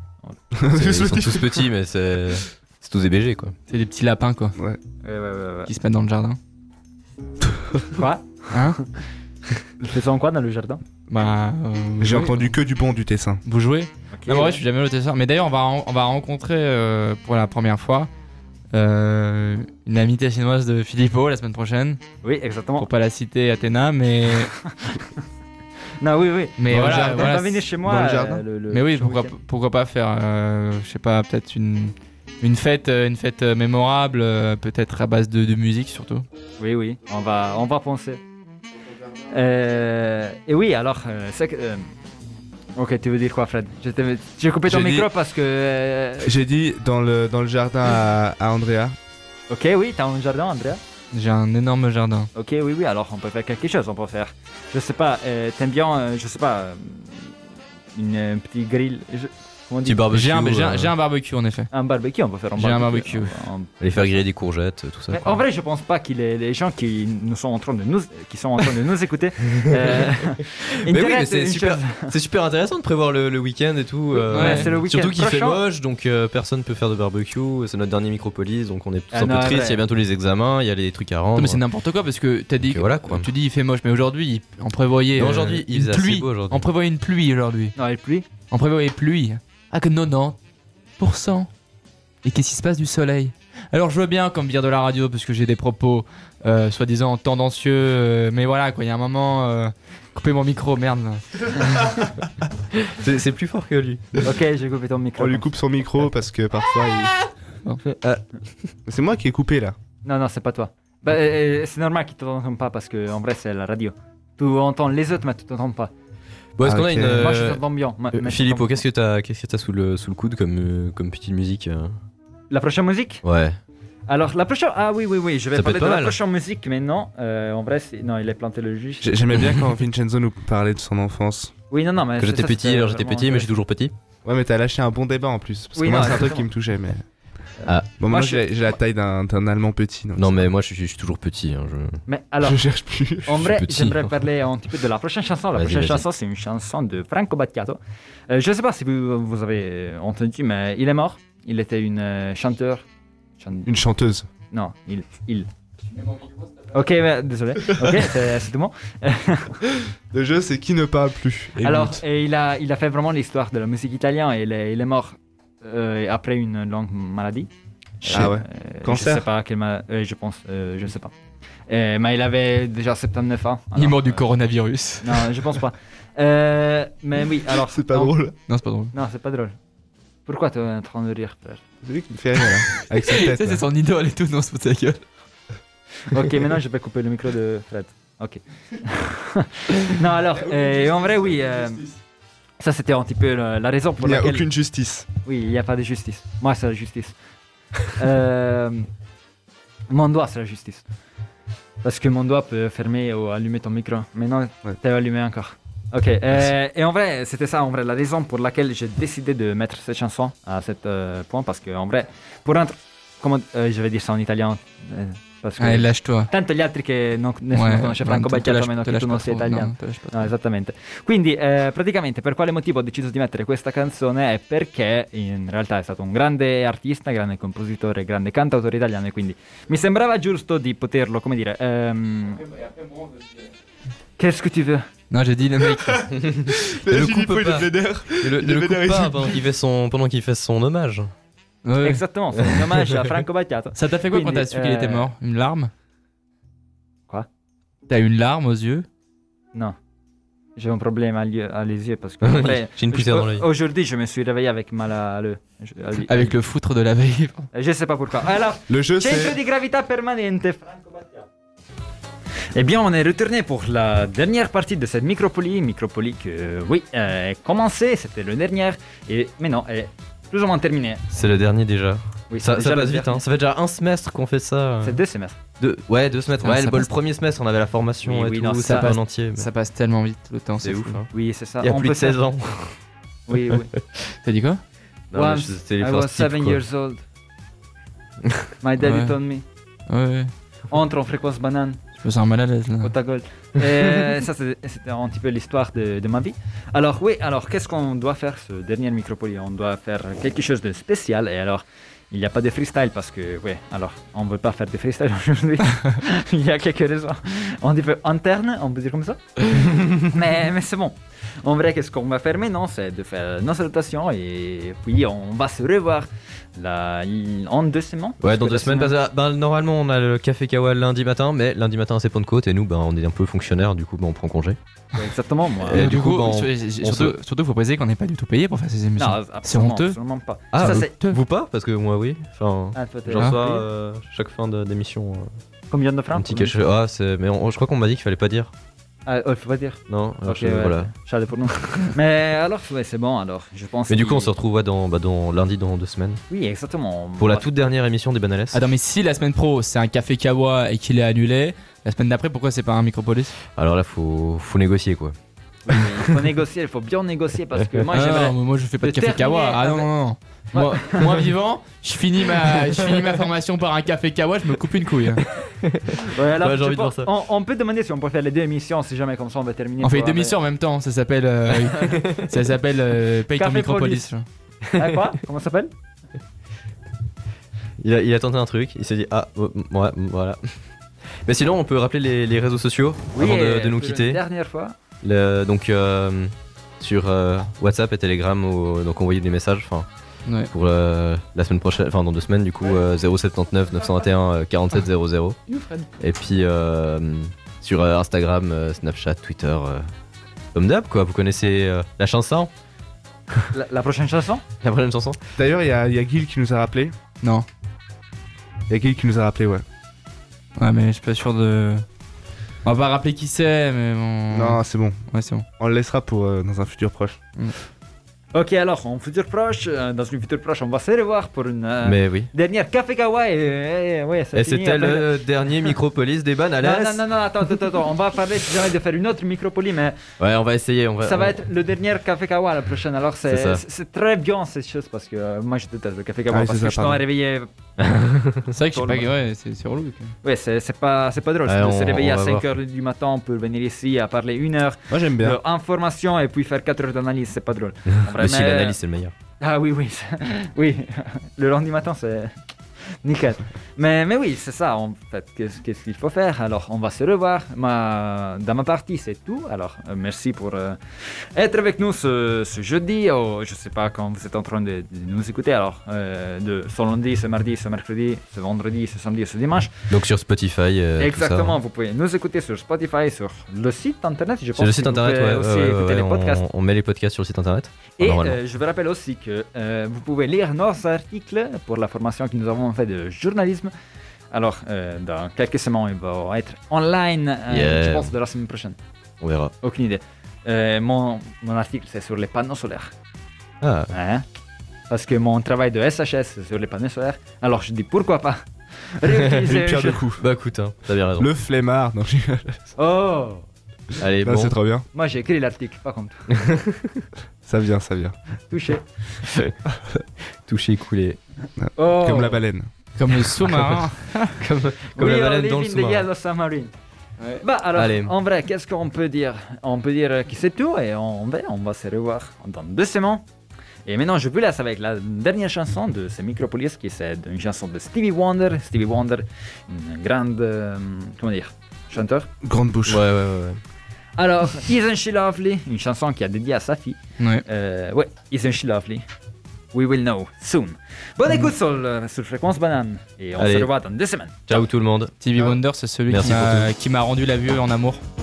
C'est- Ils sont tous petits, mais c'est. C'est tous des BG, quoi. C'est des petits lapins, quoi, Ouais, ouais, ouais. ouais. qui se mettent dans le jardin. Quoi Hein Le Tessin, quoi dans le jardin Bah. euh, J'ai oui. entendu que du bon du Tessin. Vous jouez Ok. Non, mais ouais, je suis jamais allé au Tessin. Mais d'ailleurs, on va, ren- on va rencontrer euh, pour la première fois euh, une amie tessinoise de Filippo la semaine prochaine. Oui, exactement. Pour pas la citer, Athéna, mais. Non, oui, oui. Mais Dans le voilà, jardin. Elle voilà, va venir chez moi. dans le euh, jardin. le- Mais oui, le pourquoi, week-end. pourquoi pas faire, euh, je sais pas, peut-être une, une fête, euh, une fête euh, mémorable, euh, peut-être à base de, de musique surtout. Oui, oui, on va, on va penser. Euh, et oui, alors, euh, c'est que, euh, Ok, tu veux dire quoi, Fred Je t'ai- J'ai coupé ton J'ai dit- micro parce que. euh, J'ai dit dans le, dans le jardin à, à Andrea. Ok, oui, t'as un jardin, Andrea J'ai un énorme jardin. Ok, oui, oui, alors on peut faire quelque chose, on peut faire. Je sais pas, euh, t'aimes bien, euh, je sais pas, euh, une euh, petite grille. je- comment on dit Petit barbecue. J'ai un, j'ai un- euh, j'ai un barbecue en effet. Un barbecue, on peut faire un J'ai barbecue. un On- on- Aller faire griller des courgettes, euh, tout ça. Mais quoi. en vrai, je pense pas que les, les gens qui nous sont en train de nous, qui sont en train de nous écouter. euh, mais intéressent c'est une super. chose. C'est super intéressant de prévoir le, le week-end et tout. euh, Ouais, c'est le week-end Surtout qu'il fait prochain. moche, donc euh, personne peut faire de barbecue. C'est notre dernier micropolis, donc on est tous Ah un non, peu tristes. ouais. Il y a bientôt les examens, il y a les trucs à Non, rendre. mais c'est n'importe quoi parce que t'as dit. que voilà, quoi. Tu dis il fait moche, mais aujourd'hui, il- on prévoyait. Non, euh, aujourd'hui, il une faisait assez pluie. beau aujourd'hui. On prévoyait une pluie aujourd'hui. Non, et pluie. On prévoyait pluie. À que 90%. Et qu'est-ce qui se passe du soleil Alors je veux bien, comme dire de la radio, parce que j'ai des propos euh, soi-disant tendancieux, euh, mais voilà, quoi, il y a un moment. euh, coupez mon micro, merde. C'est- c'est plus fort que lui. Ok, j'ai coupé ton micro. On lui coupe son micro parce que parfois il. Non. Ah. C'est moi qui ai coupé là. Non, non, c'est pas toi. Bah, euh, c'est normal qu'ils t'entendent pas parce que en vrai, c'est la radio. Tu entends les autres, mais tu t'entends pas. Bon, est-ce Ah, qu'on ok. a une. Moi, je euh, t'entends bien. ma- euh, mais je Philippe, t'entends- qu'est-ce que t'as qu'est-ce que t'as sous le, sous le coude comme, euh, comme petite musique euh La prochaine musique Ouais. Alors, la prochaine. Ah oui, oui, oui, je vais Ça peut parler être de pas la mal. prochaine musique maintenant. Euh, en vrai, c'est- non, il est planté le juge. J'ai- J'aimais bien quand Vincenzo nous parlait de son enfance. Oui, non, non, mais. Quand j'étais ça, petit, c'était alors j'étais vraiment petit, mais je suis intéressant. toujours petit. Ouais, mais t'as lâché un bon débat en plus. Parce Oui, que moi, non, c'est un truc qui exactement. Euh, me touchait, mais. Ah. Bon, moi, Moi, j'ai j'ai la taille d'un d'un Allemand petit. donc Non, mais moi, je suis, je suis toujours petit. hein, je- Mais alors, Je cherche plus. en vrai, petit. j'aimerais parler un petit peu de la prochaine chanson. La Vas-y, prochaine vas-y. chanson, c'est une chanson de Franco Battiato. Euh, je sais pas si vous, vous avez entendu, mais il est mort. Il était une euh, chanteur. chan- Une chanteuse. Non, il. il. Ok, mais- désolé. Ok, c'est c'est tout bon. Le jeu, c'est qui ne parle plus. Et Alors, mute. et il, a, il a fait vraiment l'histoire de la musique italienne et il est, il est mort euh, après une longue maladie. Ah ouais. Euh, Cancer. Je sais pas quelle ma- euh, je pense, euh, je sais pas. Euh, mais il avait déjà 79 ans. il est alors, mort du euh, coronavirus. Non, je pense pas. Euh, mais oui, alors. C'est pas non, drôle. Non, c'est pas drôle. Non, c'est pas drôle. Pourquoi tu es en train de rire, frère C'est lui qui me fait rire, là. Avec sa tête. Ça, là. c'est son idole et tout, non, c'est pour sa gueule. Ok, maintenant je vais couper le micro de Fred. Ok. non, alors, euh, en vrai, oui. euh, ça, c'était un petit peu la, la raison Il pour n'y a laquelle. aucune justice. Oui, il n'y a pas de justice. Moi, c'est la justice. Euh, mon doigt, c'est la justice. Parce que mon doigt peut fermer ou allumer ton micro. Maintenant, Ouais. t'as allumé encore. Ok. euh, et en vrai, c'était ça, en vrai, la raison pour laquelle j'ai décidé de mettre cette chanson à cet euh, point. Parce que, en vrai, pour un... Comment euh, je vais dire ça en italien euh, parce que Allez, lâche-toi. Tanto gli altri che non, nessuno conosce Franco non, te Battiato, lâche- a meno te che lâche tu non pas sia trop, italiano. non, te lâche pas trop. No, esattamente. Quindi, eh, praticamente, per quale motivo ho deciso di mettere questa canzone è perché in realtà è stato un grande artista, grande compositore, grande cantautore italiano e quindi mi sembrava giusto di poterlo, come dire... ehm, eh, Qu'est-ce que tu veux Non, j'ai dit le mec. le coupe Philippot, il pas. est vénère. Et le, Il ne le avait coupe des pas raisins. pendant qu'il fait son, pendant qu'il fait son hommage. Ouais. Exactement, c'est un hommage à Franco Battiato. Ça t'a fait quoi quand Quindi, t'as su qu'il était euh, mort Une larme Quoi T'as eu une larme aux yeux Non. J'ai un problème agli- agli yeux parce que après, J'ai une poussière dans l'œil. aujourd'hui je me suis réveillé avec mal à l'œil. Je- Avec le foutre de la veille. eh, Je sais pas pourquoi. Alors, Le jeu, Centro c'est. di gravità permanente, Franco Battiato. Eh bien, on est retourné pour la dernière partie de cette Micropoli. Micropoli que, euh, oui, euh, est commencée, c'était le dernier. Et, mais non, elle est plus ou moins terminée. C'est le dernier déjà. Oui, Ça, c'est ça déjà passe le vite, dernier. hein. ça fait déjà un semestre qu'on fait ça. C'est deux semestres. Deux- ouais, deux semestres. Ah, Ouais, ça le, le passe. premier semestre, on avait la formation Oui, et oui, tout, non, ça ça passe. en entier. mais Ça passe tellement vite le temps, C'est ouf. hein. Oui, c'est ça. Il y a On plus peut de 16 faire- ans. Oui, oui. T'as dit quoi Non, mais Once, C'était I les was first steps, seven quoi. years old. My daddy Ouais. told me. Ouais, ouais. Entre en fréquence banane. Je me sens mal à l'aise là. Ah. Au tagol. Euh, ça, c'est- c'était un petit peu l'histoire de, de ma vie. Alors, oui, alors, qu'est-ce qu'on doit faire ce dernier Micropoli On doit faire quelque chose de spécial. Et alors, il n'y a pas de freestyle parce que, oui, alors, on ne veut pas faire de freestyle aujourd'hui. il y a quelques raisons. On dit peu interne, on peut dire comme ça. mais mais c'est bon. En vrai, qu'est-ce qu'on va faire maintenant C'est de faire nos salutations et puis on va se revoir la, en deux semaines. Ouais, dans deux La semaines. semaine- parce que, ben, normalement, on a le café Kawa le lundi matin, mais lundi matin, c'est Pentecôte et nous, ben, on est un peu fonctionnaires, du coup, ben, on prend congé. Exactement, moi. Et Et du Euh, du coup, coup, bah, on- sur- on surtout, surtout, faut préciser qu'on n'est pas du tout payé pour faire ces émissions. Non, absolument, honteux. absolument pas. Ah, ça, vous, c'est vous pas Parce que moi, oui. Enfin, Ah, toi, t'es- j'en Ah. reçois euh, chaque fin de- d'émission euh, Combien de francs un petit combien Ah, cachet. Ah, c'est- mais on- je crois qu'on m'a dit qu'il fallait pas dire. Ah, oh, faut pas dire. Non, alors Ok, je- ouais. voilà. Charles pour nous. Mais alors, ouais, c'est bon alors. Je pense. Mais du qu'il- coup, on se retrouve ouais, dans, bah, dans lundi dans deux semaines Oui, exactement. pour la Bah, toute dernière émission des Banales. Attends, Ah, mais si la semaine pro c'est un café Kawa et qu'il est annulé, la semaine d'après pourquoi c'est pas un Micropolis Alors là, faut faut négocier quoi. oui, mais Il faut négocier, il faut bien négocier parce que moi Ah j'aimerais. non, mais moi je fais pas de Le café dernier Kawa. Ah non, avec- non, non. Moi, moi vivant, je finis, ma, je finis ma formation par un café Kawa, je me coupe une couille. hein. Ouais, alors, Ouais, j'ai je envie de pense- voir ça. On, on peut demander si on peut faire les deux émissions, si jamais comme ça on va terminer. On fait pour- deux missions en même temps, ça s'appelle. euh, ça s'appelle euh, Paye ton Café Micropolis. Ah, quoi Comment ça s'appelle Il a, il a tenté un truc, il s'est dit ah ouais, ouais, voilà. Mais sinon, on peut rappeler les, les réseaux sociaux avant de, euh, de nous pour une quitter. Dernière fois. Le- donc euh, sur euh, WhatsApp et Telegram, au- donc envoyez des messages. Enfin, Ouais. pour euh, la semaine prochaine, enfin dans deux semaines du coup, euh, 079 921 euh, 47 00. Et puis euh, sur euh, Instagram, euh, Snapchat, Twitter, euh, comme d'hab quoi. Vous connaissez euh, la chanson, La, la prochaine chanson la prochaine chanson. D'ailleurs, il y a, il y a Gil qui nous a rappelé. Non. Il y a Gil qui nous a rappelé, ouais. Ouais, mais je suis pas sûr de. On va pas rappeler qui c'est, mais Mm. bon. Non, c'est bon. Ouais, c'est bon. On le laissera pour euh, dans un futur proche. Ok, alors, en futur proche, euh, dans une future proche, on va se revoir pour une euh, Mais Eh, oui. dernière Café Kawaii. Eh, ouais, ça Et finit c'était après- le dernier Micropolis des banales. Non, non, non, non, attends, attends, attends, on va parler si jamais de faire une autre micropolie, mais Ouais, on va essayer. On va, ça on- va être le dernier Café Kawa la prochaine. Alors, c'est C'est ça. c'est- c'est très bien cette chose parce que euh, moi je déteste le Café Ah Kawa oui, parce c'est que ça, je t'en pardon. réveillé. C'est vrai que je sais Sur pas. le bras. Ouais, c'est c'est relou. quoi. Ouais, c'est c'est pas, c'est pas drôle, Ouais, c'est de Ah, on- se réveiller on à va voir. 5h du matin pour venir ici à parler une heure Moi, j'aime bien. d'information et puis faire 4 heures d'analyse, c'est pas drôle. En vrai, Mais si mais- l'analyse c'est le meilleur. Ah oui, oui, c'est- oui. Le lundi matin, c'est nickel. Mais, mais oui, c'est ça, en fait, qu'est-ce qu'est-ce qu'il faut faire Alors, on va se revoir. Ma, dans ma partie, c'est tout. Alors, euh, merci pour euh, être avec nous ce, ce jeudi, ou je sais pas quand vous êtes en train de, de nous écouter. Alors, euh, de, ce lundi, ce mardi, ce mercredi, ce vendredi, ce samedi, ce dimanche. Donc sur Spotify. euh, tout ça. Exactement, vous pouvez nous écouter sur Spotify, sur le site internet, je pense. Sur le que site vous internet, pouvez ouais, aussi ouais, ouais, écouter ouais, les on- podcasts. On, met les podcasts sur le site internet. Et Normalement. euh, je vous rappelle aussi que euh, vous pouvez lire nos articles pour la formation que nous avons fait de journalisme. Alors, euh, dans quelques semaines, ils vont être online, euh, Yeah. je pense, de la semaine prochaine. On verra. Aucune idée. Euh, mon, mon article, c'est sur les panneaux solaires. Ah, Hein? Parce que mon travail de SHS, c'est sur les panneaux solaires. Alors, je dis pourquoi pas réutiliser Une une pierre de chose- coups. bah écoute, hein, t'as bien raison. Le flemmard. Non, j'ai- Oh Allez, Non, bon. c'est trop bien. Moi, j'ai écrit l'article, pas comme toi. Ça vient, ça vient. Touché. Touché, coulé. Oh. Comme la baleine. Comme le sous-marin. Comme, comme We la are baleine dans le living the sous-marin. yellow submarine. Bah alors, Allez. en vrai, qu'est-ce qu'on peut dire On peut dire que c'est tout et on va, on va se revoir dans deux semaines. Et maintenant, je vous laisse avec la dernière chanson de ce Micropolis, qui c'est une chanson de Stevie Wonder. Stevie Wonder, une grande, euh, comment dire, chanteur. Grande bouche. Ouais, ouais, ouais, ouais. Alors, Isn't She Lovely, une chanson qui a dédiée à sa fille. Ouais. Euh, ouais, Isn't She Lovely. We will know soon. Bonne écoute sur, le- sur Fréquence Banane et on Mm. Allez. se revoit dans deux semaines. Ah. Ciao tout le monde. TV Wonder, c'est celui Merci qui m'a- qui m'a rendu la vue en amour.